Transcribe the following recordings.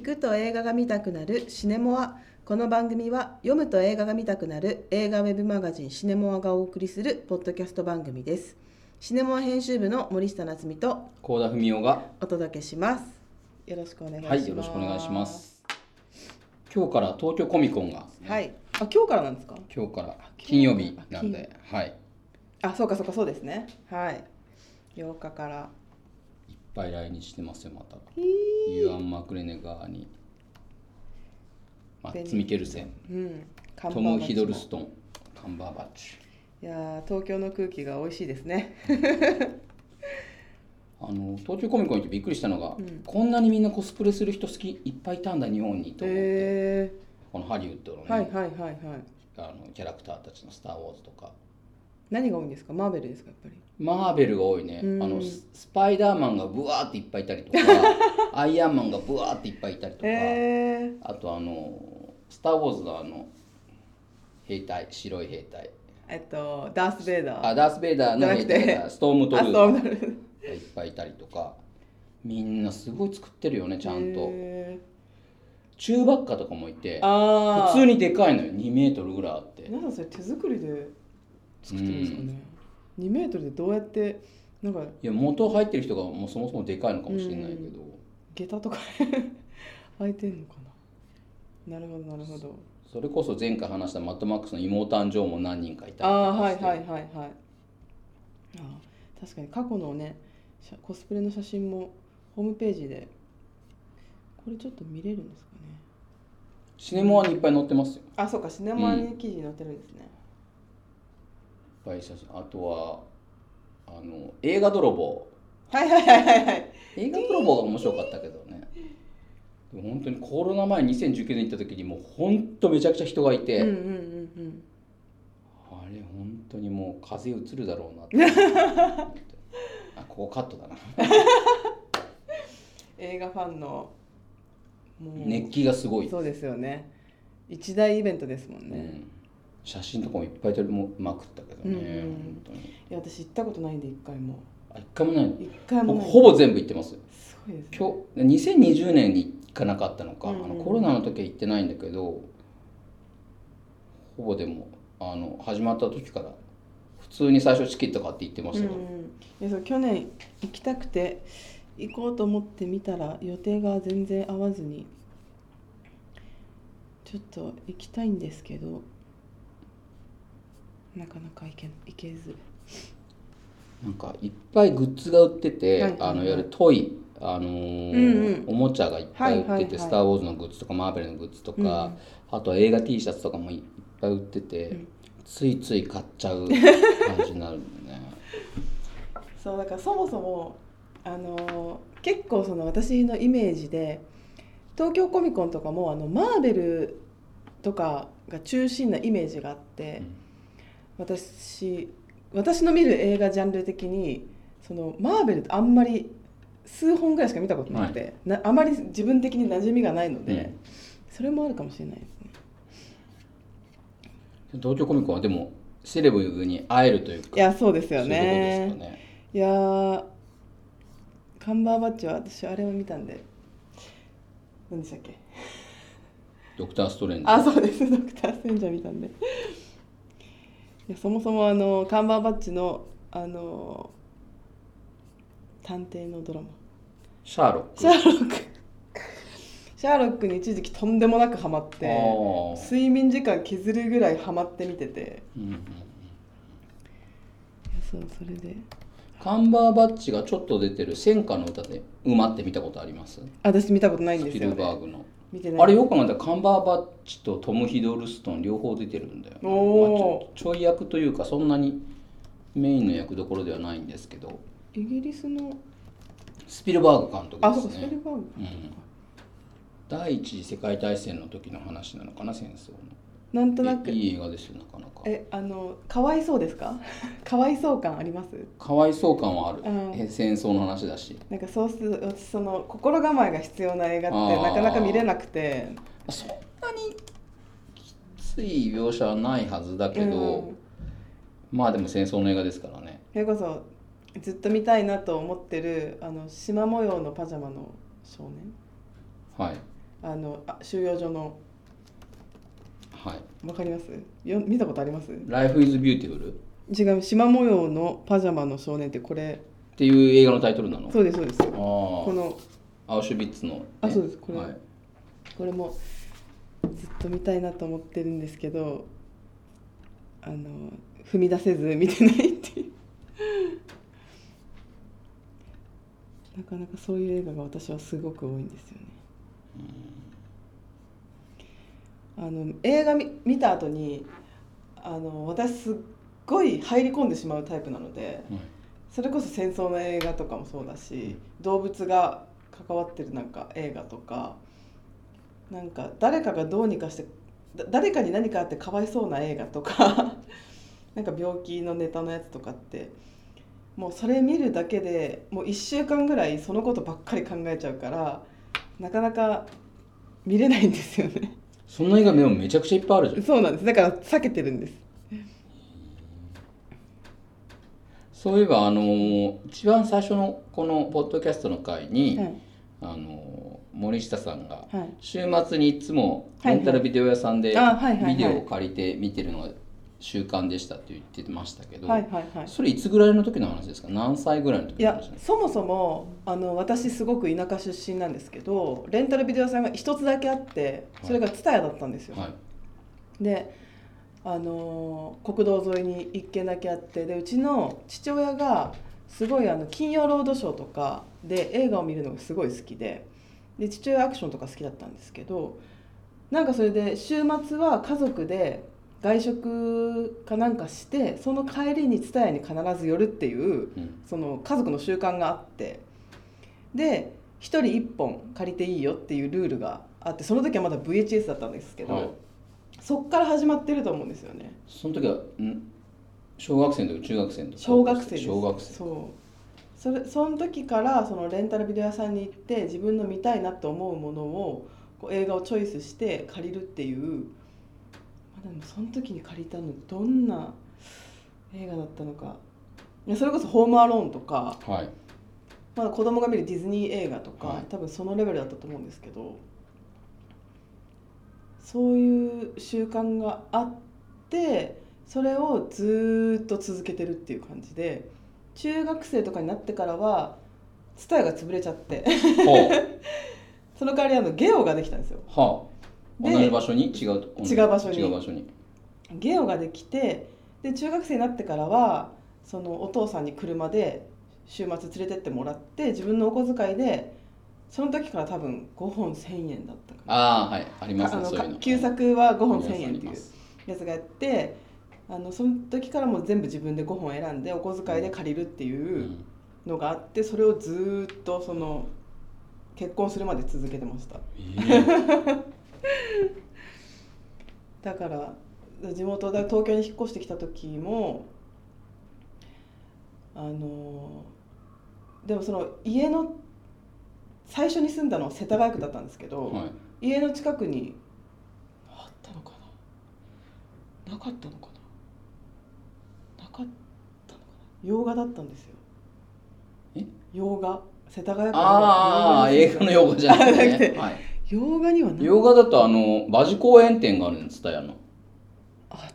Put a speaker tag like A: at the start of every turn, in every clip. A: くと映画が見たくなるシネモアこの番組は読むと映画が見たくなる映画ウェブマガジンシネモアがお送りするポッドキャスト番組ですシネモア編集部の森下夏実と
B: 高田文夫が
A: お届けしますよろしくお願いします
B: はいよろしくお願いします今日から東京コミコンが、
A: はいあ今日からなんですか
B: 今日から金曜日なんではいいっ
A: あそうかそうかそうですねはい8日から
B: ぱい来日してますよまた
A: ひ
B: ユアン・マクレネガーにマッツ・ミケルセン
A: ーうん看板
B: トム・ヒドルストンカンバーバッチ
A: いやー東京の空気が美味しいですね
B: あの東京コミコン行ってびっくりしたのが、
A: うん
B: こんなにみんなコスプレする人好きいっぱいいたんだ日本にと思って、
A: へ
B: このハリウッドのね、
A: ー、はいはいはいはい
B: あのキャラクターたちの「スター・ウォーズ」とか
A: 何が多いんですかマーベルですかやっぱり
B: マーベルが多いね、
A: うん
B: あのススパイダーマンがブワーっていっぱいいたりと かアイアンマンがブワーっていっぱいいたりとか、
A: へー、
B: あとあの「スター・ウォーズ」のあの兵隊白い兵隊
A: えっとダース・ベイダー
B: あダース・ベイダーの兵隊
A: じゃなく
B: だストームトル
A: あ
B: ー
A: そう
B: パ
A: なる
B: ーがいっぱいいたりとかみんなすごい作ってるよねちゃんと
A: へ
B: チューバッカとかもい
A: ー
B: て
A: ああ
B: 普通にでかいのよ2メートルぐらいあって
A: 皆さんそれ手作りで作ってるんですかね、2メートルでどうやってなんか
B: いや元入ってる人がもうそもそもでかいのかもしれないけど、
A: 下駄とか 開いてんのかななるほどなるほど
B: それこそ前回話したマッドマックスの妹誕生も何人かいたりとか
A: ああーはい
B: して
A: はいはいはいあー確かに過去のね写コスプレの写真もホームページでこれちょっと見れるんですかね
B: シネモアにいっぱい載ってますよいっ
A: あそうかシネマに記事に載ってるんですね、
B: ぱい写真あとはあの映画泥棒
A: はいはいはいはいはい
B: 映画泥棒が面白かったけどねでも本当にコロナ前2019年行った時にもう本当めちゃくちゃ人がいて、
A: うんうんうん
B: あれ本当にもう風邪移るだろうなって あここカットだな
A: 映画ファンのもう
B: 熱気がすごい、
A: そうですよね一大イベントですもん
B: う
A: ね、
B: ん写真とかもいっぱい撮りまくったけどね、
A: うん
B: 本当に
A: いや私行ったことないんで一回も
B: あ一回もないの
A: 一回も
B: 僕
A: ない
B: ほぼ全部行ってます
A: すごいですね
B: 今日2020年に行かなかったのか、
A: うんうん
B: あのコロナの時は行ってないんだけどほぼでもあの始まった時から普通に最初チケット買って行ってましたけど、
A: うんうん、いやそう去年行きたくて行こうと思ってみたら予定が全然合わずにちょっと行きたいんですけどなかなか行け行けず
B: なんかいっぱいグッズが売ってて、
A: はいはいはい
B: あのいわゆるトイ、あのー
A: うんうん
B: おもちゃがいっぱい売ってて「
A: はいはいはい
B: スター・ウォーズ」のグッズとかマーベルのグッズとか、
A: うん
B: あとは映画 T シャツとかもいっぱい売ってて、
A: うん
B: ついつい買っち ゃう感じになるんだよね。
A: そうだからそもそもあのー結構その私のイメージで東京コミコンとかもあのマーベルとかが中心なイメージがあって、
B: うん
A: 私私の見る映画ジャンル的にそのマーベルってあんまり数本ぐらいしか見たことなくて、なあまり自分的に馴染みがないので、
B: うん
A: それもあるかもしれないですね。
B: 東京コミコンはでもセレブに会えるというか
A: いやそうですよ
B: そういう
A: ね
B: ことですかね
A: いやーカンバーバッチは私あれを見たんで何でしたっけ
B: ドクター・ストレンジ
A: あそうです ドクター・ストレンジャー見たんでいやそもそもあのカンバーバッチのあの探偵のドラマ
B: シャーロック
A: シャーロックシャーロックに一時期とんでもなくハマっ
B: あ
A: て
B: ー
A: 睡眠時間削るぐらいハマって見てて
B: うんうんうん
A: そうそれで
B: カンバーバッチがちょっと出てる「戦火の歌」で馬って見たことあります
A: 私見たことないん
B: ス
A: です
B: ピ
A: よ、
B: ルバー
A: ね、
B: グの
A: 見てない
B: あれよく考えたらカンバーバッチとトム・ヒドルストン両方出てるんだよね、まあち
A: お
B: ょちょい役というかそんなにメインの役どころではないんですけど
A: イギリスの
B: スピルバーグ監督
A: あ
B: で
A: そうか
B: す
A: ス
B: ね
A: ピルバーグ
B: うん第一次世界大戦の時の話なのかな戦争の
A: なんとなく
B: えいい映画ですよなかなか
A: えあのかわいそうですか かわいそう感あります
B: かわいそう感はある、
A: うん
B: え戦争の話だし
A: なんかそうする私その心構えが必要な映画
B: あ
A: って
B: ー
A: なかなか見れなくて
B: そんなにきつい描写はないはずだけ
A: う
B: ど、
A: ん
B: まあでも戦争の映画ですからね
A: それこそずっと見たいなと思ってるあの縞模様のパジャマの少年
B: はい
A: あのあ収容所の
B: はい
A: わかりますよ見たことあります
B: 「Life is Beautiful」っ
A: 違う縞模様のパジャマの少年ってこれ
B: ていう映画のタイトルなの
A: そうですそうですこ
B: あ
A: の
B: あアウシュビッツの、ね、
A: あそうですこれ
B: はい、
A: これもずっと見たいなと思ってるんですけどあの踏み出せず見てないっていうなかなかそう いう映画が私はすごく多いんですよね。あの映画見見た後にあの私すっごい入り込んでしまうタイプなので
B: はい
A: それこそ戦争の映画とかもそうだし動物が関わってるなんか映画とかなんか誰かがどうにかしてだ誰かに何かあってかわいそうな映画とか なんか病気のネタのやつとかってもうそれ見るだけでもう1週間ぐらいそのことばっかり考えちゃうからなかなか見れないんですよね
B: そんな映画でもめちゃくちゃいっぱいあるじゃん
A: そうなんですだから避けてるんです
B: そういえばあのー一番最初のこのポッドキャストの回に、
A: はい
B: あのー森下さんが
A: はい
B: 週末にいつも
A: はい
B: レンタルビデオ屋さんで
A: あはいはいはい
B: ビデオを借りて見てるのが習慣でしたって言ってましたけど、
A: はいはいはい
B: それいつぐらいの時の話ですか何歳ぐらいの
A: い
B: 時の
A: や
B: 話なんです
A: そもそもあの私すごく田舎出身なんですけどレンタルビデオ屋さんが一つだけあってそれが TSUTAYA だったんですよ、
B: か、はい
A: であのー国道沿いに一軒だけあってでうちの父親がすごいあの金曜ロードショーとかで映画を見るのがすごい好きでで父親アクションとか好きだったんですけどなんかそれで週末は家族で外食かなんかしてその帰りに TSUTAYA に必ず寄るっていう
B: うん
A: その家族の習慣があってで1人1本借りていいよっていうルールがあってその時はまだ VHS だったんですけど、
B: はい
A: そっから始まってると思うんですよね
B: その時はん小学生の時中学生の時
A: 小学生です
B: 小学生
A: そうそれその時からそのレンタルビデオ屋さんに行って自分の見たいなと思うものをこう映画をチョイスして借りるっていう、まあ、でもその時に借りたのどんな映画だったのかいやそれこそ「ホームアローン」とか
B: はい
A: まだ子供が見るディズニー映画とか、
B: はい
A: 多分そのレベルだったと思うんですけどそういう習慣があってそれをずーっと続けてるっていう感じで中学生とかになってからはツタヤが潰れちゃって
B: は
A: その代わりあのゲオができたんですよ。
B: あ、はあ、
A: で
B: 同じ場所に違うと
A: 違う場所に
B: 違う場所に
A: ゲオができてで中学生になってからはそのお父さんに車で週末連れてってもらって自分のお小遣いでその時から多分5本1,000円だったかな
B: ああはいあります
A: あ
B: ね
A: の
B: そういうの
A: 旧作は5本
B: はい
A: 1,000円ってい
B: あり
A: う
B: ます
A: やつがやってあのその時からもう全部自分で5本選んでお小遣いで借りるって
B: う
A: いうんのがあってそれをずーっとその結婚するまで続けてました
B: ええ
A: だから地元だ東京に引っ越してきた時もあのでもその家の最初に住んだのは世田谷区だったんですけど、
B: はい
A: 家の近くにあったのかななかったのかななかったのかな洋画だったんですよ
B: え
A: 洋画世田谷区
B: ああ映画の用語じゃな く
A: あな
B: て、
A: く
B: ね
A: て
B: はい、
A: 洋画にはな
B: 洋画だとあの馬事公園店があるんですたやの
A: あ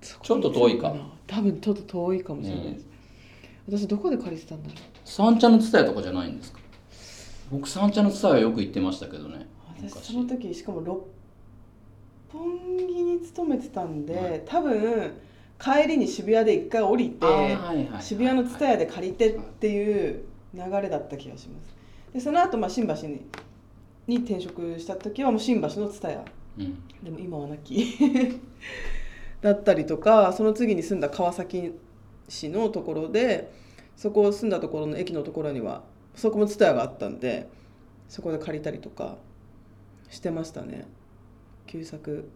A: そこ
B: ちょっと遠いか
A: 多分ちょっと遠いかもしれないです、私どこで借りてたんだろう
B: 三茶の蔦屋とかじゃないんですか僕三茶の蔦屋よく行ってましたけどね
A: 私
B: 昔
A: その時しかも六本木に勤めてたんで、
B: はい
A: 多分帰りに渋谷で一回降りて
B: あーはいはいはい
A: 渋谷の蔦屋で借りてっていう流れだった気がしますでその後まあ新橋にに転職した時はもう新橋の蔦屋
B: うん
A: でも今はなき だったりとかその次に住んだ川崎市のところでそこを住んだところの駅のところにはそこもツタヤがあったんでそこで借りたりとかしてましたね旧作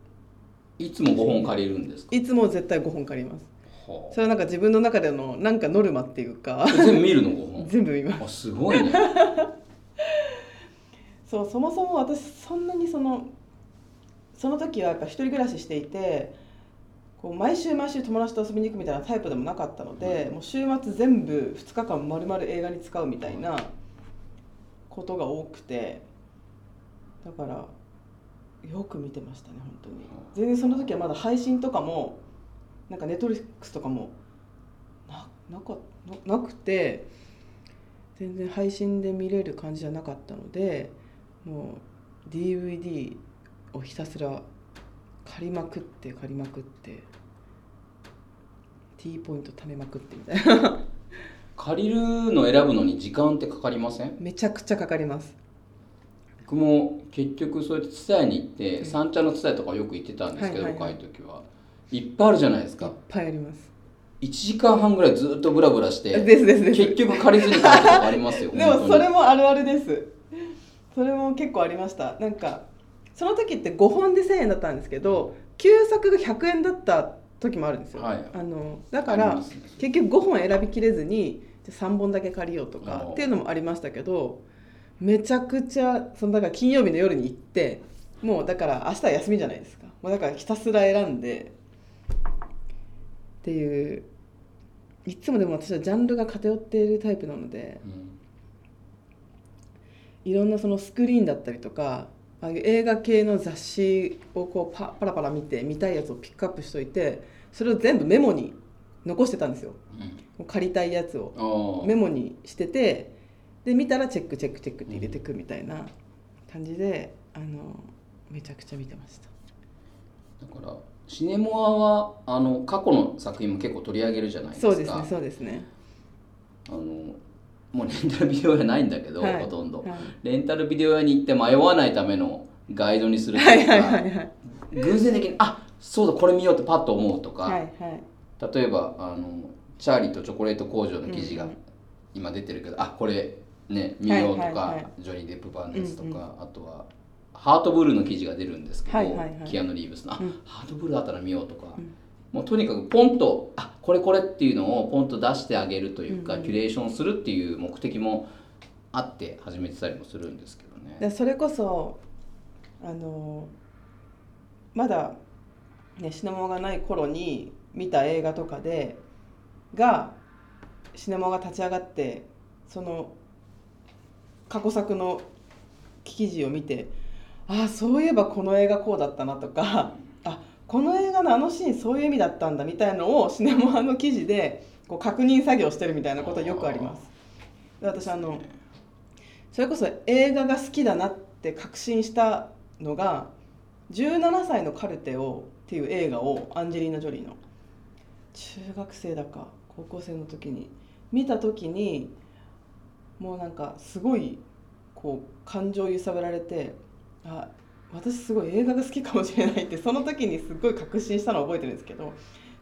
B: いつも5本借りるんですか、
A: いつも絶対5本借ります
B: は
A: それはなんか自分の中でのなんかノルマっていうか
B: あ全部見るの5本
A: 全部見ます
B: あすごいね
A: そうそもそも私そんなにそのその時はやっぱ一人暮らししていてこう毎週毎週友達と遊びに行くみたいなタイプでもなかったので、もう週末全部2日間丸々映画に使うみたいなことが多くてだからよく見てましたね本当に全然その時はまだ配信とかもなんかネットフリックスとかもななかななくて全然配信で見れる感じじゃなかったのでもう DVD をひたすら借りまくって借りまくって T ポイント貯めまくってみたいな
B: 借りるの選ぶのに時間ってかかりません
A: めちゃくちゃかかります
B: 僕も結局そうやって伝えに行って、
A: うん
B: 三茶の伝えとかよく行ってたんですけど、
A: はいはいはい
B: 若い時はいっぱいあるじゃないです
A: いっ
B: か
A: ぱいあります
B: 1時間半ぐらいずっとブラブラして
A: ですですです
B: 結局借りずに買うとかありますよ
A: でも
B: 本当
A: そ
B: に
A: れもあるあるですそれも結構ありましたなんかその時って5本で1000円だったんですけど旧作が100円だった時もあるんですよ、
B: はい
A: あのだか
B: あり
A: ら
B: ますね
A: 結局5本選びきれずにじゃあ3本だけ借りようとか
B: おー
A: っていうのもありましたけどめちゃくちゃそのだから金曜日の夜に行ってもうだから明日は休みじゃないですかもうだからひたすら選んでっていういつもでも私はジャンルが偏っているタイプなので
B: うん
A: いろんなそのスクリーンだったりとかああいう映画系の雑誌をこうパパラパラ見て見たいやつをピックアップしといてそれを全部メモに残してたんですよ
B: うん
A: もう借りたいやつを
B: あー
A: メモにしててで見たらチェックチェックチェックって入れてくみたいな感じであのめちゃくちゃ見てました
B: だからシネモアはあの過去の作品も結構取り上げるじゃないですか
A: そうですねそうですね
B: あのもうレンタルビデオ屋ないんだけど、
A: はい
B: ほとんど
A: は
B: レンタルビデオ屋に行って迷わないためのガイドにする
A: い
B: とか、
A: はいはいはいはい
B: 偶然的にあそうだこれ見ようってパッと思うとか、
A: はいはい
B: 例えばあの「チャーリーとチョコレート工場」の記事
A: う
B: が
A: んうん
B: 今出てるけど、あこれね見ようとか、
A: はいはいはい
B: ジョニー・デップ版のやつとか、
A: うんうん
B: あとは「ハートブルー」の記事が出るんですけど、
A: はいはいはい
B: キアヌ・リーブスの「あ、
A: うん
B: ハートブルー」だったら見ようとか、
A: うん
B: もうとにかくポンと「あこれこれ」っていうのをポンと出してあげるというか、
A: うんうん
B: キュレーションするっていう目的もあって始めてたりもするんですけどね。
A: でそれこそあのまだ、ね、シネモがない頃に見た映画とかでがシネモが立ち上がってその過去作の記事を見てああそういえばこの映画こうだったなとかあこの映画のあのシーンそういう意味だったんだみたいのをシネモの記事でこう確認作業してるみたいなことはよくあります。で私あのそれこそ映画が好きだなって確信したのが「17歳のカルテを」っていう映画をアンジェリーナ・ジョリーの中学生だか高校生の時に見た時にもうなんかすごいこう感情揺さぶられてあ私すごい映画が好きかもしれないってその時にすごい確信したのを覚えてるんですけど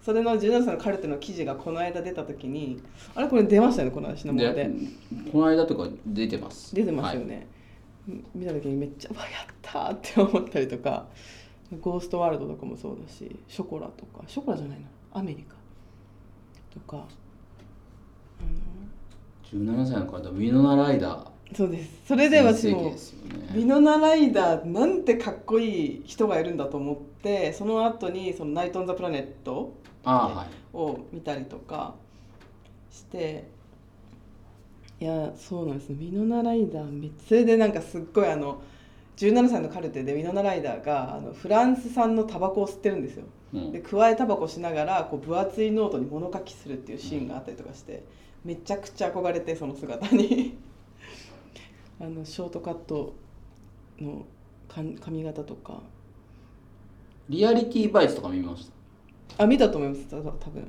A: それの17歳のカルテの記事がこの間出た時にあれこれ出ましたよねこの話のもので
B: で。この間とか出てます。
A: 出てますよ
B: はい
A: ね、み見た時にめっちゃ「うわやった!」って思ったりとか「ゴーストワールド」とかもそうだし「ショコラ」とか「ショコラ」じゃないな「アメリカ」とか、あ
B: 17歳の方ミノナライダー
A: のそうですそれで私
B: 全盛期
A: も
B: ですよ
A: ミ
B: ね
A: ノナ・ライダーなんてかっこいい人がいるんだと思ってその後にそのナイト・オン・ザ・プラネット」
B: ああはい
A: を見たりとかしていやそうなんですねミノナライダーめそれでなんかすっごいあの17歳のカルテでミノナライダーがあのフランス産のタバコを吸ってるんですよ
B: うん
A: で加えタバコしながらこう分厚いノートに物書きするっていうシーンがあったりとかしてめちゃくちゃ憧れてその姿に あのショートカットのかん髪型とか
B: リアリティバイスとか見ました
A: あ見たと思いますた多分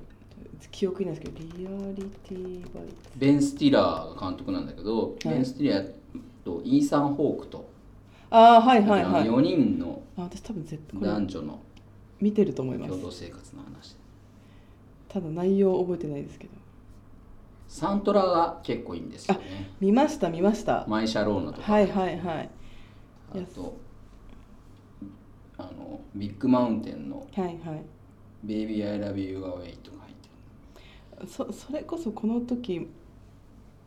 A: 記憶にないですけどリアリティバイト
B: ベン・スティラーが監督なんだけど、ベン・スティラーとイーサン・ホークと、
A: ああはいはいはい。
B: 4人の
A: あ私多分絶対これ
B: 男女の
A: 見てると思いま
B: 共同
A: す。
B: 生活の話
A: ただ内容覚えてないですけど。
B: サントラが結構いいんですよね
A: 見ました見ました。
B: マイ・シャローナとか、
A: はいはいはい
B: あとあのビッグマウンテンの
A: はいはい。
B: 「Baby I Love You Away」とか入ってる
A: そそれこそこの時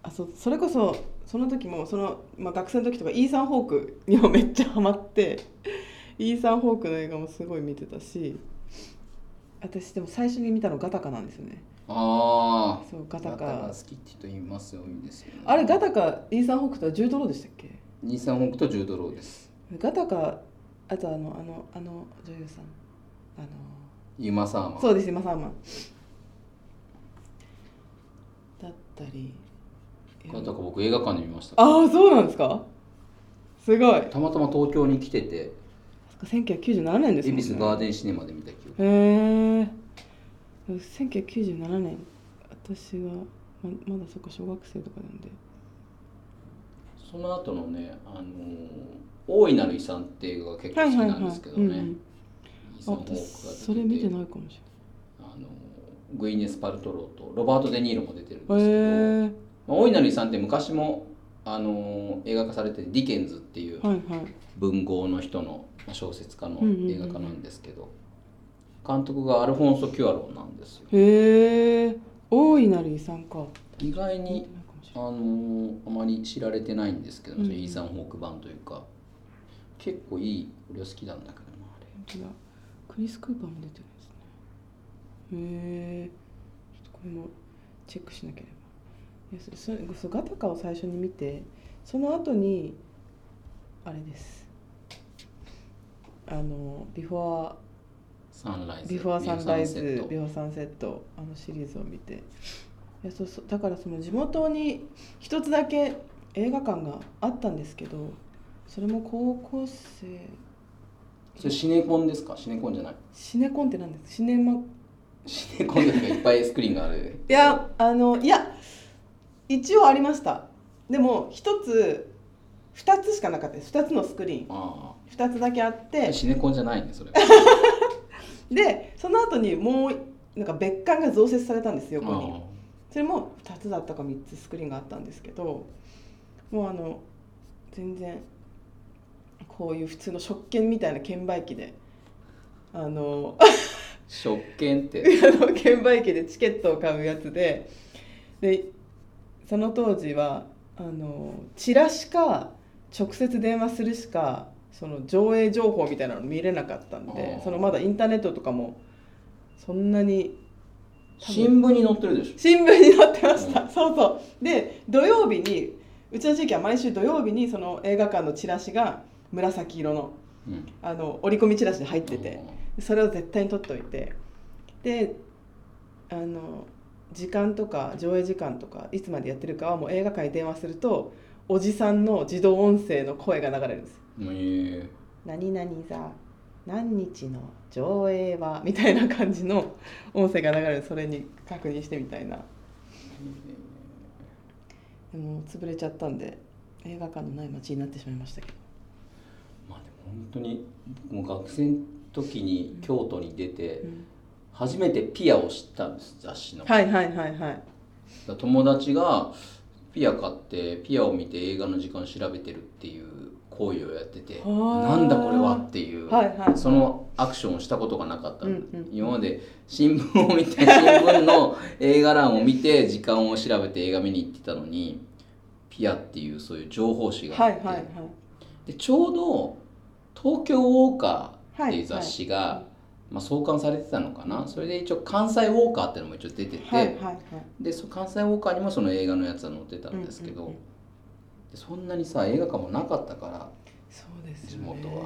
A: あそそれこそその時もその、まあ、学生の時とかイーサン・ホークにもめっちゃハマって イーサン・ホークの映画もすごい見てたし私でも最初に見たのガタカなんですよね
B: ああ
A: そうガ
B: ガ
A: タ
B: タ
A: カ
B: が好きって人いますよいいですよね
A: あれガタカイーサン・ホークとはジュードローでしたっけ
B: イーサン・ホークとジュード・ローです
A: ガタカあとあのあのあの女優さんあの
B: ユマサーマン
A: そうです今サーマンだったり
B: これなんか僕映画館で見ました
A: ああそうなんですかすごい
B: たまたま東京に来てて
A: 1997年です
B: 恵
A: もん
B: 比
A: ね
B: 寿ガーデンシネマで見た記憶
A: へえ1997年私がままだそっか小学生とかなんで
B: その後のね「あのー大いなる遺産」って映画が結構好きなんですけど
A: うん
B: ね遺
A: うん、あ
B: 産
A: 私
B: が
A: それ見てないかもし
B: あのグイネス・パルトローとロバート・デ・ニーロも出てるん
A: れ
B: で
A: な
B: す
A: いへ
B: けど、
A: え
B: まあ、大いなる遺産って昔もあの映画化されててディケンズっていう
A: はいはい
B: 文豪の人のまあ小説家の
A: うんうんうん
B: 映画化なんですけど、監督がアルフォンソ・キュアロンなんですよ
A: へえ大いなる遺産か
B: 意外
A: 見
B: に
A: てないかもし
B: あのあまり知られてないんですけど、
A: うん
B: そのイーサン・ホーク版というか結構いい俺は好きなんだけどなあれ
A: れないクリス・クーパーも出てるんですねへえちょっとこれもチェックしなければいやそそそうガタカを最初に見てその後にあれですあのビフォア
B: サンライズ
A: ビフォアサンライ
B: ビフォ
A: ズ
B: アサンセ
A: ビ
B: ッ
A: フォアサンセットあのシリーズを見ていやそうそうだからその地元に一つだけ映画館があったんですけどそれも高校生
B: トそれシネコンですかシネコンじゃない
A: シネコンって何ですかシネマい
B: シネコンとかいっぱいスクリーンがある
A: やあのいや一応ありましたでも一つ二つしかなかったです二つのスクリーン
B: あ
A: 二つだけあっ
B: あ
A: て
B: シネコンじゃないねそれ
A: でその後にもうなんか別館が増設されたんです横に
B: ああ
A: それも2つだったか3つスクリーンがあったんですけどもうあの全然こういう普通の食券みたいな券売機であのあ
B: 食券って
A: の券売機でチケットを買うやつででその当時はあのチラシか直接電話するしかその上映情報みたいなの見れなかったんで
B: あー
A: そのまだインターネットとかもそんなに
B: 新聞に載ってるでし
A: 新聞に載ってました、
B: う
A: そうそうで土曜日にうちの地域は毎週土曜日にその映画館のチラシが紫色の
B: ょ、うん、
A: あの折り込みチラシで入っててそれを絶対に取っておいてであの時間とか上映時間とかいつまでやってるかはもう映画館に電話するとおじさんの自動音声の声が流れるんです
B: うんええ
A: 何々座何日の上映はみたいな感じの音声が流れるそれに確認してみたいなでも潰れちゃったんで映画館のない街になってしまいましたけど
B: まあでも本当にもう学生の時に京都に出て
A: うん
B: 初めてピアを知ったんです雑誌の、
A: はいはいはいはい
B: だから友達がピア買ってピアを見て映画の時間調べてるっていう行為をやってて
A: あー
B: なんだこれはっていう、
A: はいはい
B: そのアクションをしたことがなかった、
A: うんうん
B: 今まで新聞を見て 新聞の映画欄を見て時間を調べて映画見に行ってたのにピアっていうそういう情報誌が
A: は
B: あ
A: い
B: って、
A: はいはい
B: でちょうど「東京ウォーカー」っていう雑誌が、
A: はいはい
B: まあ、創刊されてたのかなそれで一応「関西ウォーカー」っていうのも一応出てて、
A: はいはいはい
B: でそ関西ウォーカーにもその映画のやつは載ってたんですけど、
A: うんうんうん
B: でそんなにさ映画館もなかったから、
A: そうです
B: 地
A: よね
B: 元は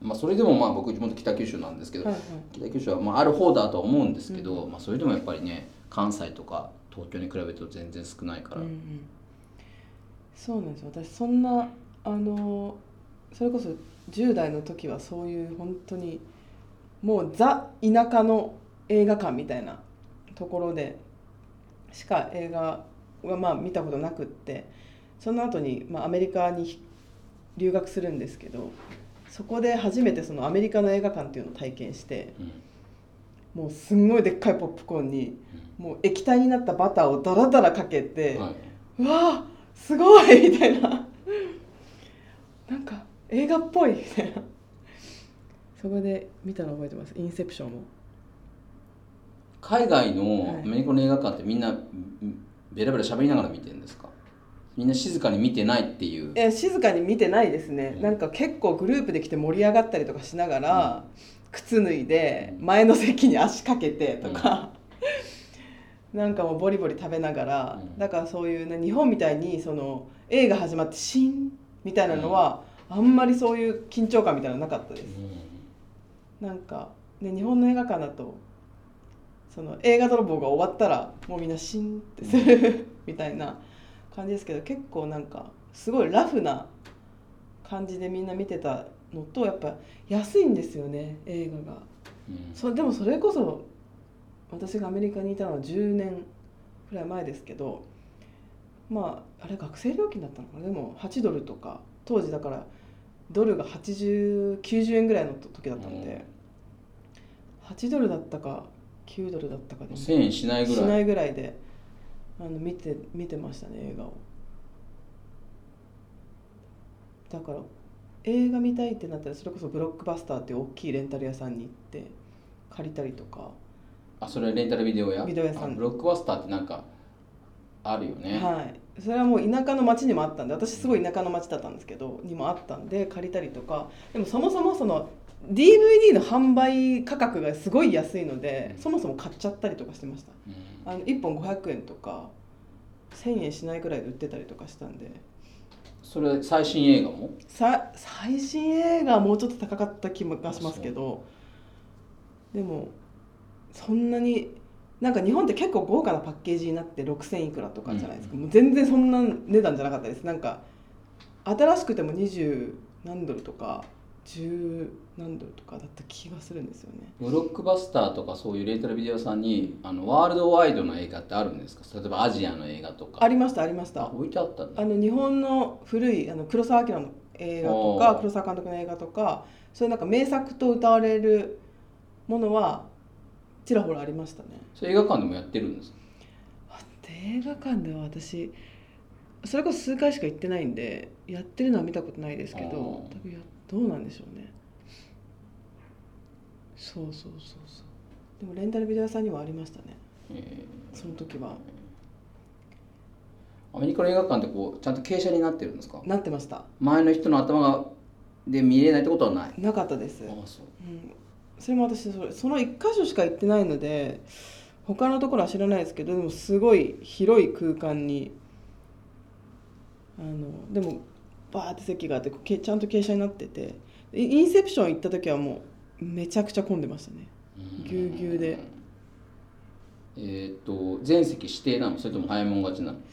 B: まあ、それでもまあ僕地元北九州なんですけど、
A: はいはい
B: 北九州はまあある方だとは思うんですけど、まあ、それでもやっぱりね関西とか東京に比べると全然少ないから、
A: うんうんそうなんですよ私そんなあのそれこそ10代の時はそういう本当にもうザ田舎の映画館みたいなところでしか映画はまあ見たことなくってその後にまあアメリカに留学するんですけどそこで初めてそのアメリカの映画館っていうのを体験して
B: うん
A: もうすんごいでっかいポップコーンにもう液体になったバターをダラダラかけて。
B: うんはいう
A: わあすごいみたいななんか映画っぽいみたいなそこで見たの覚えてます「インセプション」も
B: 海外
A: は
B: の
A: い
B: アメリカの映画館ってみんなうんベラベラ喋りながら見てるんですかみんな静かに見てないっていう
A: え静かに見てないですね、
B: うん
A: なんか結構グループで来て盛り上がったりとかしながら、靴脱いで前の席に足かけてとか、 なんかもうボリボリ食べながら、
B: うん
A: だからそういうね日本みたいにその映画始まってシーンみたいなのは、あんまりそういう緊張感みたいなのなかったです
B: う
A: なんか、ね、日本の映画館だとその映画泥棒が終わったらもうみんなシーンってする みたいな感じですけど結構なんかすごいラフな感じでみんな見てたのとやっぱ安いんですよね映画が
B: んうん
A: そでもそれこそ私がアメリカにいたのは10年くらい前ですけどまああれ学生料金だったのかなでも8ドルとか当時だからドルが8090円ぐらいの時だったので、8ドルだったか9ドルだったかで
B: 1000円しないぐ
A: し
B: ら
A: ないいぐらいであの見て見てましたね映画をだから映画見たいってなったらそれこそブロックバスターっていう大きいレンタル屋さんに行って借りたりとか
B: あそれレンタルビデオや
A: ビデオ屋さん
B: あブロックバスターってなんかあるよね、
A: はい、それはもう田舎の町にもあったんで私すごい田舎の町だったんですけどにもあったんで借りたりとかでもそもそもその DVD の販売価格がすごい安いのでそもそも買っちゃったりとかしてました
B: うん
A: あの1本500円とか1000円しないぐらいで売ってたりとかしたんで
B: それ最新映画も
A: さ最新映画はもうちょっと高かった気もがしますけどでもそんなになんか日本って結構豪華なパッケージになって6,000いくらとかじゃないですか、
B: うん
A: もう全然そんな値段じゃなかったですなんか新しくても20何ドルとか10何ドルとかだった気がするんですよね
B: ブロックバスターとかそういうレンタルビデオ屋さんにあのワールドワイドの映画ってあるんですか例えばアジアの映画とか
A: ありましたありました
B: あ置いてあったんだ
A: あの日本の古いあの黒澤明の映画とか
B: おー
A: 黒澤監督の映画とかそういうなんか名作と歌われるものはちらほらありましたね。
B: それ映画館でもやってるんですか
A: あ映画館では私それこそ数回しか行ってないんでやってるのは見たことないですけど
B: おー
A: 多分やどうなんでしょうね。そうそうそうそうでもレンタルビデオ屋さんにはありましたね
B: え
A: その時は
B: ーアメリカの映画館ってこうちゃんと傾斜になってるんですか
A: なってました
B: 前の人の頭がで見れないってことはない
A: なかったです
B: あそう
A: うんそれも私それその1箇所しか行ってないので他のところは知らないですけどでもすごい広い空間にあのでもバーって席があってけちゃんと傾斜になっててイインセプション行った時はもうめちゃくちゃ混んでましたねぎゅうぎゅうで
B: えーっと全席指定なのそれとも早いもん勝ちなの
A: うわ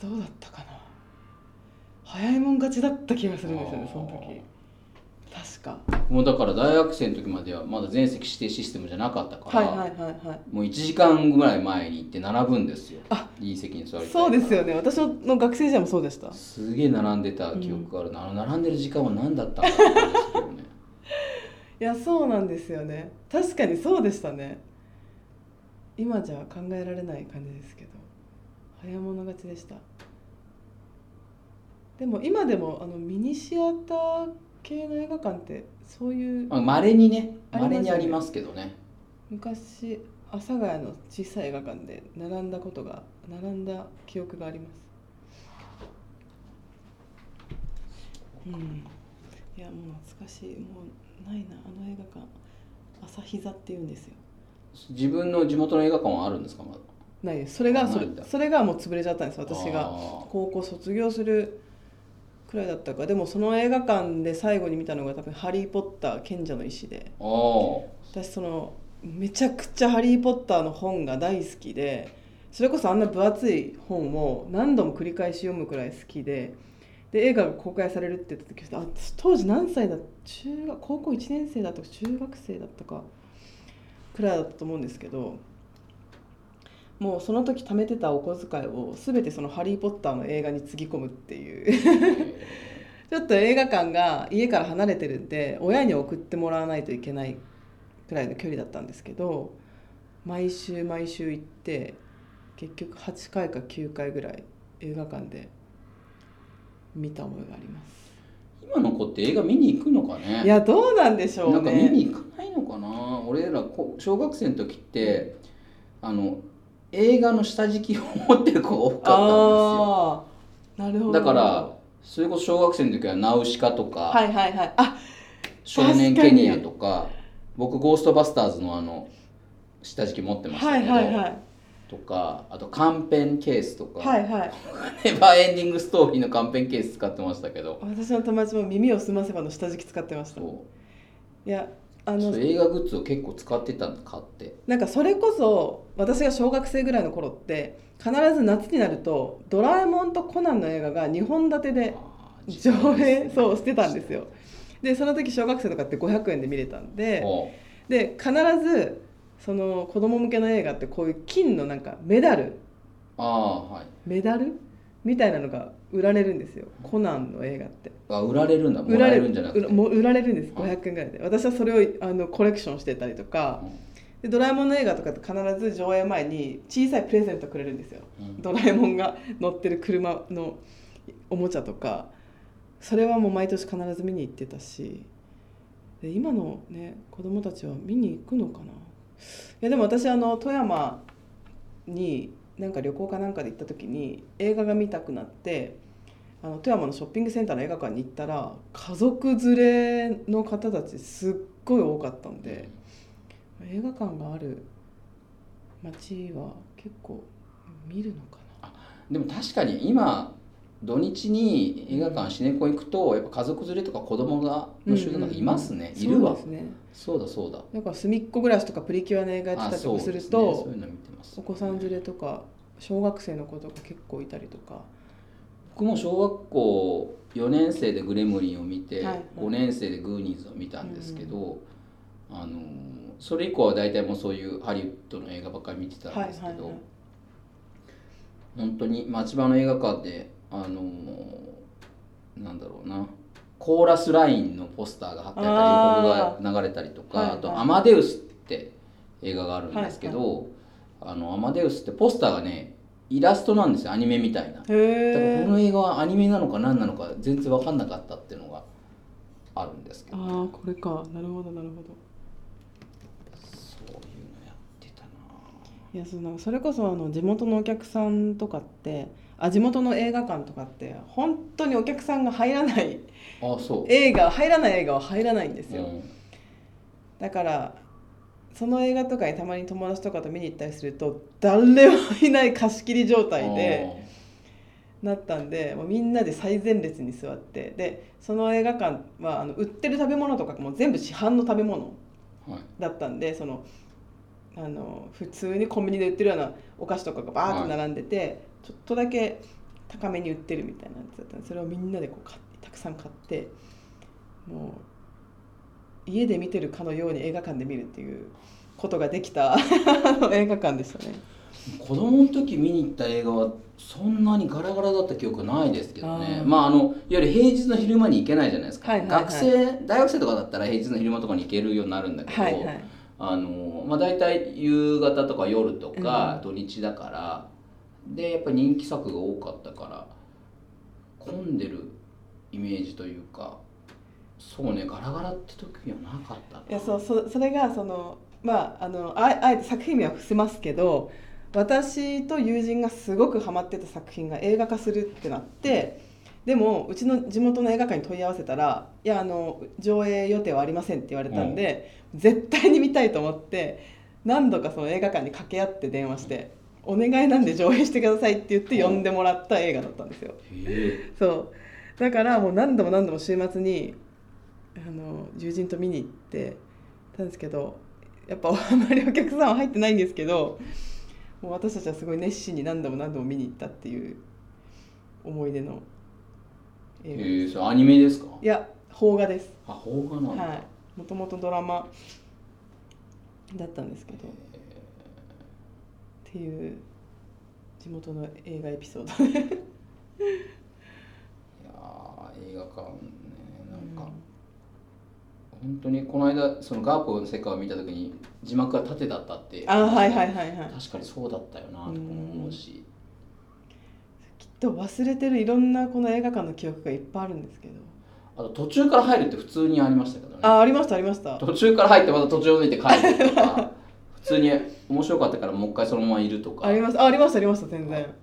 A: どうだったかな早いもん勝ちだった気がするんですよねその時確か
B: 時もうだから大学生の時まではまだ全席指定システムじゃなかったから、
A: はいはいはいはい
B: もう1時間ぐらい前に行って並ぶんですよ
A: あ
B: いい席に座りたいから
A: そうですよね私の学生時代もそうでした
B: すげえ並んでた記憶があるな、あの並んでる時間は何だったんだって感じですけどね
A: いやそうなんですよね確かにそうでしたね今じゃ考えられない感じですけど早物勝ちでしたでも今でもあのミニシアター系の映画館ってそういう
B: まあ稀にね
A: ありますよね
B: 稀にありますけどね
A: 昔阿佐ヶ谷の小さい映画館で並んだことが並んだ記憶がありますうんいやもう懐かしいもうないなあの映画館朝膝って言うんですよ
B: 自分の地元の映画館はあるんですかまだ
A: ないですそれがそ
B: な
A: れ
B: いんだ
A: それがもう潰れちゃったんです私が
B: あ
A: 高校卒業するくらいだったからでもその映画館で最後に見たのが多分「ハリー・ポッター賢者の石で」
B: ーあ
A: 私そのめちゃくちゃ「ハリー・ポッター」の本が大好きでそれこそあんな分厚い本を何度も繰り返し読むくらい好きでで映画が公開されるって言った時あ私当時何歳だ中学高校1年生だったか中学生だったかくらいだったと思うんですけどもうその時貯めてたお小遣いを全てその「ハリー・ポッター」の映画につぎ込むっていう
B: ーえ
A: ちょっと映画館が家から離れてるんで親に送ってもらわないといけないくらいの距離だったんですけど毎週毎週行って結局8回か9回ぐらい映画館で見た覚えがあります
B: ー今の子って映画見に行くのかね
A: いやどうなんでしょ
B: な
A: うん
B: か見
A: ね
B: に行かないのかな俺らこ小学生の時ってあの映画の下敷きを持ってる子が多かったん
A: ああーな
B: ですよ
A: るほど
B: だからそれこそ小学生の時は「ナウシカ」とか、
A: はいはいはいあ
B: 少年ケニア」とか僕「ゴーストバスターズ」のあの下敷き持ってました
A: は
B: け
A: い
B: ど、
A: はいはい
B: とかあと短編ケースとか、
A: はいはい
B: ネバーエンディングストーリーの短編ケース使ってましたけど
A: 私の友達も耳をすませばの下敷き使ってましたい
B: そ
A: やあ
B: う
A: の
B: そう映画グッズを結構使ってたの買って
A: なんかそれこそ私が小学生ぐらいの頃って必ず夏になると「ドラえもん」と「コナン」の映画が2本立てで
B: あー時
A: 上
B: 間です
A: 映
B: ね
A: そうしてたんですよでその時小学生とかって500円で見れたんで
B: おう
A: で必ずその子供向けの映画ってこういう金のなんかメダル
B: ああはい
A: メダルみたいなのが売られるんですよコナンの映画って
B: あ売られるんだも
A: 売ら
B: らえ
A: れ
B: るんじゃなくて
A: うらもう売られるんです
B: はい
A: 500円ぐらいで私はそれをあのコレクションしてたりとかでドラえもんの映画とかって必ず上映前に小さいプレゼントくれるんですよ
B: うんうん
A: ドラえもんが乗ってる車のおもちゃとかそれはもう毎年必ず見に行ってたしで今のね子供たちは見に行くのかないやでも私あの富山になんか旅行かなんかで行った時に映画が見たくなってあの富山のショッピングセンターの映画館に行ったら家族連れの方たちすっごい多かったんで映画館がある街は結構見るのかな
B: でも確かに今土日に映画館シネコン行くとやっぱ家族連れとか子供がの集団がいますね、いるわ
A: そうですね
B: そうだそうだ
A: なんか隅っこ暮らしとかプリキュアの映画やってたりとかする
B: あそうですね
A: と
B: そういうの見てます
A: お子さん連れとか小学生の子とか結構いたりとか
B: 僕も小学校4年生でグレムリンを見て、
A: はい
B: 5年生でグーニーズを見たんですけど、あのそれ以降は大体もうそういうハリウッドの映画ばっかり見てたんですけど、
A: はいはいはい
B: 本当に町場の映画館であのなんだろうなコーラスラインのポスターが貼ってあったり予告が流れたりとか、
A: はいはい
B: あと「アマデウス」って映画があるんですけど、あのアマデウスってポスターがねイラストなんですよアニメみたいな。だから
A: へ
B: こ
A: ー
B: の映画はアニメなのか何なのか全然分かんなかったっていうのがあるんですけ
A: あ
B: ど
A: ーこれかなるほどなるほど
B: そういうのやってたない
A: やそうなんかそれこそあの地元のお客さんとかってあ地元の映画館とかって本当にお客さんが入らない
B: あそう
A: 映画入らない映画は入らないんですよ、
B: うん
A: だからその映画とかにたまに友達とかと見に行ったりすると誰もいない貸し切り状態で。なったんでもうみんなで最前列に座ってでその映画館はあの売ってる食べ物とかも全部市販の食べ物
B: あーはい
A: だったんでそのあの普通にコンビニで売ってるようなお菓子とかがバーッと並んでて、ちょっとだけ高めに売ってるみたいなやつだったんでそれをみんなでこう買ってたくさん買ってもう家で見てるかのように映画館で見るっていうことができたあの映画館でしたね。
B: 子供の時見に行った映画はそんなにガラガラだった記憶ないですけどね
A: あー
B: まああのいわゆる平日の昼間に行けないじゃないですか、
A: はいはいはい
B: 学生大学生とかだったら平日の昼間とかに行けるようになるんだけど、
A: はいはい、
B: あのまあ、大体夕方とか夜とか
A: う
B: 土日だから、でやっぱり人気作が多かったから混んでるイメージというかそうねガラガラって時にはなかったない
A: やそうそそれがそのまああのああえて作品名は伏せますけど私と友人がすごくハマってた作品が映画化するってなってでもうちの地元の映画館に問い合わせたら「いやあの上映予定はありません」って言われたんで、絶対に見たいと思って何度かその映画館に掛け合って電話して「お願いなんで上映してください」って言って呼んでもらった映画だったんですよ。
B: へ
A: そうだからもう何度も何度も週末にあの友人と見に行ってたんですけどやっぱあんまりお客さんは入ってないんですけどもう私たちはすごい熱心に何度も何度も見に行ったっていう思い出の
B: え
A: 映画
B: へえそれアニメですか
A: いや邦画です
B: あ邦画なんだ、
A: はいもともとドラマだったんですけどっていう地元の映画エピソードね
B: いやー映画館ねなんか、本当にこの間そのガープの世界を見た時に字幕が縦だったって
A: あはいはいはいはい
B: 確かにそうだったよなとか思うし、
A: きっと忘れてるいろんなこの映画館の記憶がいっぱいあるんですけど、
B: あと途中から入るって普通にありましたけどね
A: あありましたありました
B: 途中から入ってまた途中を抜いて帰ると か普通に面白かったからもう一回そのままいるとか
A: ありましたあありましたありました全
B: あっ
A: 然
B: たよね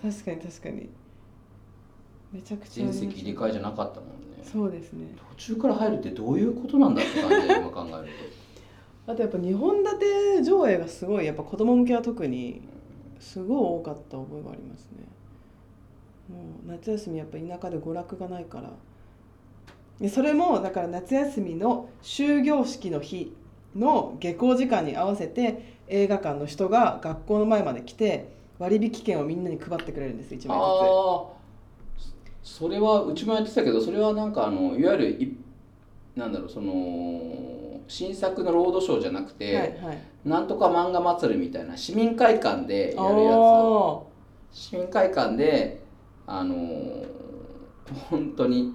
A: 確かに確かにめちゃくちゃあり
B: 全
A: ました
B: 席入れ替えじゃなかったもんね
A: そうですね
B: 途中から入るってどういうことなんだって感じで今考える
A: あとやっぱ2本立て上映がすごいやっぱ子供向けは特にすごい多かった覚えがありますねもう夏休みやっぱ田舎で娯楽がないからでそれもだから夏休みの終業式の日の下校時間に合わせて映画館の人が学校の前まで来て割引券をみんなに配ってくれるんです一枚ず
B: あーそれはうちもやってたけどそれはなんかあのいわゆるいなんだろうその新作のロードショーじゃなく
A: つ
B: て、
A: はいはい
B: なんとか漫画祭りみたいな市民会館でや
A: あ
B: るや
A: ー
B: つ市民会館であのー本当に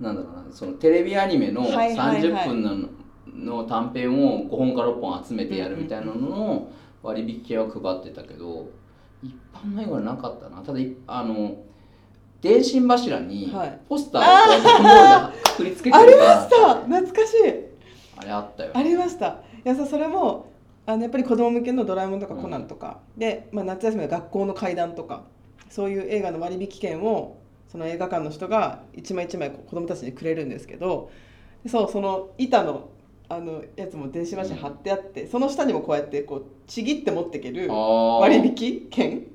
B: なんだろうなそのテレビアニメの
A: はいはいはい
B: 30分の,、の短編を5本か6本集めてやるみたいなのの割引券は配ってたけど一般の映画はなかったなただいあの電信柱に
A: はい
B: ポスターをこう段ボールで貼り付け
A: あ
B: て
A: り
B: る
A: ま
B: から
A: した懐かしい
B: あれあったよ
A: ありましたいやさそれもあのやっぱり子供向けの「ドラえもん」とか「コナン」とか、で、まあ、夏休みは学校の怪談とかそういう映画の割引券をその映画館の人が一枚一枚こう子供たちにくれるんですけどそうその板のあのやつも電子柱に貼ってあって、その下にもこうやってこうちぎって持っていける割
B: 割
A: 引券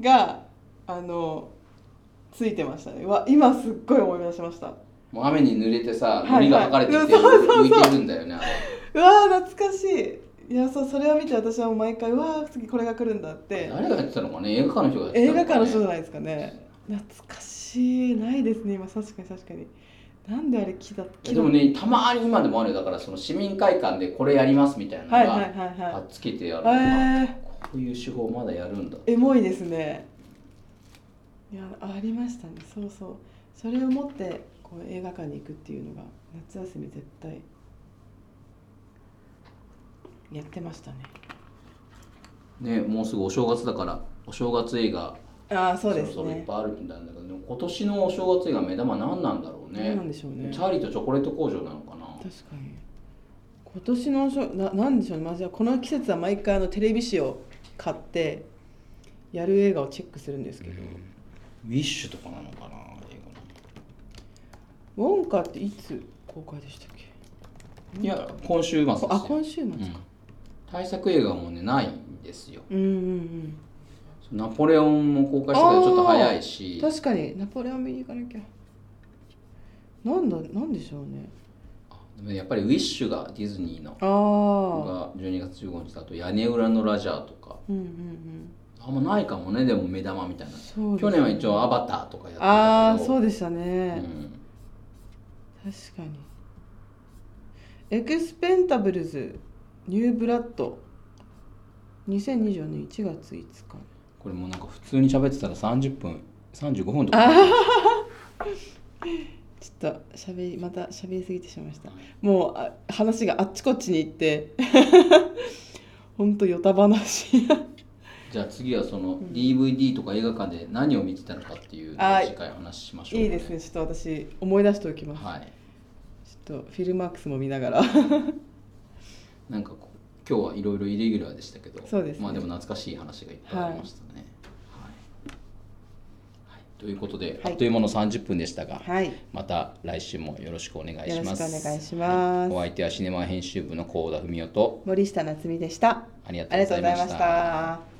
A: があのついてましたねうわ今すっごい思い出しました
B: もう雨に濡れてさ、
A: はい
B: 海が剥かれてきて
A: はいそうそうそう
B: 浮いてるんだよね。あれ
A: うわー懐かしいいやそうそれを見て私はもう毎回うわー次これが来るんだって
B: 誰がやってたのかね、映画館の人がやって
A: 映
B: た
A: 画館
B: のか、
A: の
B: ね。
A: 人じゃないですかね懐かしいないですね今確かに確かになんであれ木だ木
B: で
A: だ
B: もね、たまに今でもあるよだから、その市民会館でこれやりますみたいなのが、
A: はいはいはい
B: あ
A: は
B: っつけてやる
A: い
B: あ
A: え
B: こういう手法まだやるんだ。
A: ー、エモいですねいやありましたねそうそうそれを持ってこう映画館に行くっていうのが夏休み絶対やってましたね
B: ね、もうすぐお正月だから、お正月映画、
A: ああそうですね
B: ろそろいっぱいあるんだけど、でも今年のお正月映画目玉何なんだろう
A: どう
B: ね
A: な。んでしょうね
B: チャーリーとチョコレート工場なのかな。
A: 確かに今年のおしょななんでしょうね、まあ、じゃあこの季節は毎回あのテレビ誌を買ってやる映画をチェックするんですけど、
B: ウィッシュとかなのかな、映
A: ウォンカっていつ公開でしたっけ
B: 画の。いや、今週末ですよ
A: あ今週末か、
B: 対策映画もねないんですよ
A: うん、うん
B: ナポレオンも公開したけどちょっと早いし
A: うん確かにナポレオン見に行かなきゃなんだなんでしょうね
B: でもやっぱりウィッシュがディズニーの
A: ああ
B: が12月15日だと屋根裏のラジャーとか
A: うんうんうん
B: あんまないかもねでも目玉みたいな
A: そうです
B: 去年は一応アバターとかやってたけど
A: ああそうでした
B: う
A: ね、
B: ん
A: 確かにエクスペンタブルズニューブラッド2024年1月5日
B: これもなんか普通に喋ってたら30分35分と
A: あ
B: か
A: ちょっとしゃべりまたしゃべりすぎてしまいましたもうあ話があっちこっちに行って ほんとヨタ話
B: じゃあ次はその DVD とか映画館で何を見てたのかっていうのを
A: あー
B: 次回話しましょう、
A: いいですねちょっと私思い出しておきます、
B: はい
A: ちょっとフィルマックスも見ながら
B: なんかこう今日はいろいろイレギュラーでしたけど
A: そうですね
B: まあでも懐かしい話がいっぱいありましたね。はいはいということで、
A: はい
B: あっという間の30分でしたが、
A: はい
B: また来週もよろしくお願いします。
A: よろしくお願いします
B: お相手はシネマ編集部の幸田文夫と
A: 森下夏実でした
B: ありがと
A: あ
B: う
A: り
B: ご
A: がとう
B: ざい
A: ございま
B: まし。
A: したた